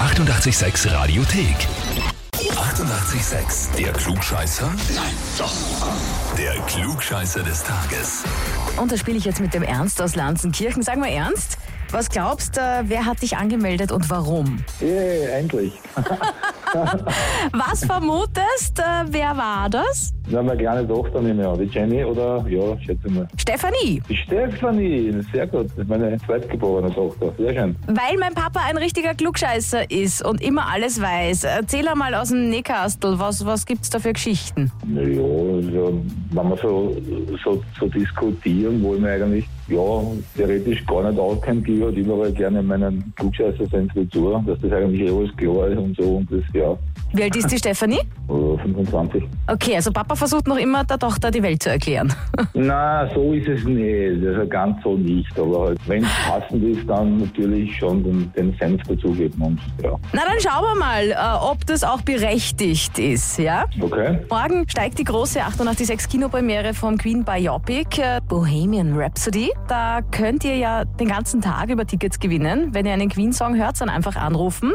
886 Radiothek. 88,6. Der Klugscheißer? Nein, doch. Der Klugscheißer des Tages. Und da spiele ich jetzt mit dem Ernst aus Lanzenkirchen. Sag mal Ernst, was glaubst du, wer hat dich angemeldet und warum? Hey, endlich. Was vermutest, äh, wer war das? Wir haben eine kleine Tochter nicht mehr, die Jenny oder, ja, schätze mal. Stefanie. Die Stefanie, sehr gut, das ist meine zweitgeborene Tochter, sehr schön. Weil mein Papa ein richtiger Klugscheißer ist und immer alles weiß. Erzähl einmal aus dem Nähkastel, was, was gibt's da für Geschichten? Ja, also, wenn wir so, so, so diskutieren, wo ich mir eigentlich, ja, theoretisch gar nicht auskennt, gehe ich halt überall gerne meinen Klugscheißer sein Fritur, dass das eigentlich eh alles klar ist und so und das, ja, Wie alt ist die Stefanie? äh, 25. Okay, also Papa versucht noch immer der Tochter die Welt zu erklären. Na, so ist es nicht, also ganz so nicht, aber halt, wenn es passend ist, dann natürlich schon den, den Senf dazugeben und, ja, Na dann schauen wir mal, äh, ob das auch berechtigt ist, ja? okay. Morgen steigt die große 886 Kinopremiere vom Queen Biopic äh, Bohemian Rhapsody. Da könnt ihr ja den ganzen Tag über Tickets gewinnen. Wenn ihr einen Queen-Song hört, dann einfach anrufen.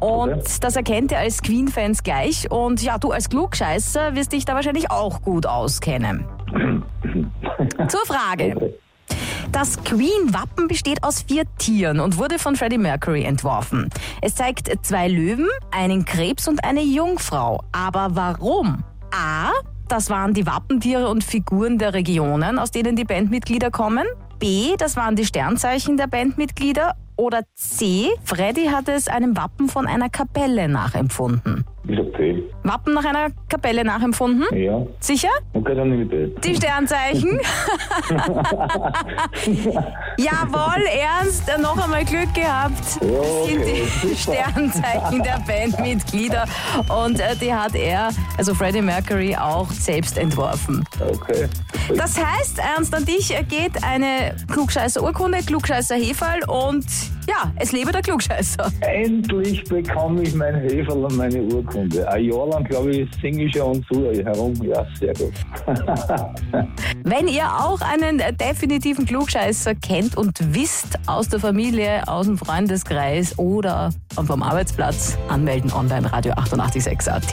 Und Okay. das erkennt ihr als Queen-Fans gleich. Und ja, du als Klugscheißer wirst dich da wahrscheinlich auch gut auskennen. Zur Frage. Das Queen-Wappen besteht aus vier Tieren und wurde von Freddie Mercury entworfen. Es zeigt zwei Löwen, einen Krebs und eine Jungfrau. Aber warum? A. Das waren die Wappentiere und Figuren der Regionen, aus denen die Bandmitglieder kommen. B. Das waren die Sternzeichen der Bandmitglieder. Oder C. Freddie hat es einem Wappen von einer Kapelle nachempfunden. Ist okay. Wappen nach einer Kapelle nachempfunden? Ja. Sicher? Okay, dann nehme ich das. Die Sternzeichen. Jawohl, Ernst, noch einmal Glück gehabt. Das sind die Sternzeichen der Bandmitglieder. Und äh, die hat er, also Freddie Mercury, auch selbst entworfen. Okay. Das heißt, Ernst, an dich geht eine Klugscheißer Urkunde, Klugscheißer Heferl und ja, es lebe der Klugscheißer. Endlich bekomme ich mein Heferl und meine Urkunde. Ein Jahr lang, glaube ich, singe ich ja und so herum. Ja, sehr gut. Wenn ihr auch einen äh, definitiven Klugscheißer kennt und wisst aus der Familie, aus dem Freundeskreis oder vom Arbeitsplatz, anmelden online Radio 886 AT.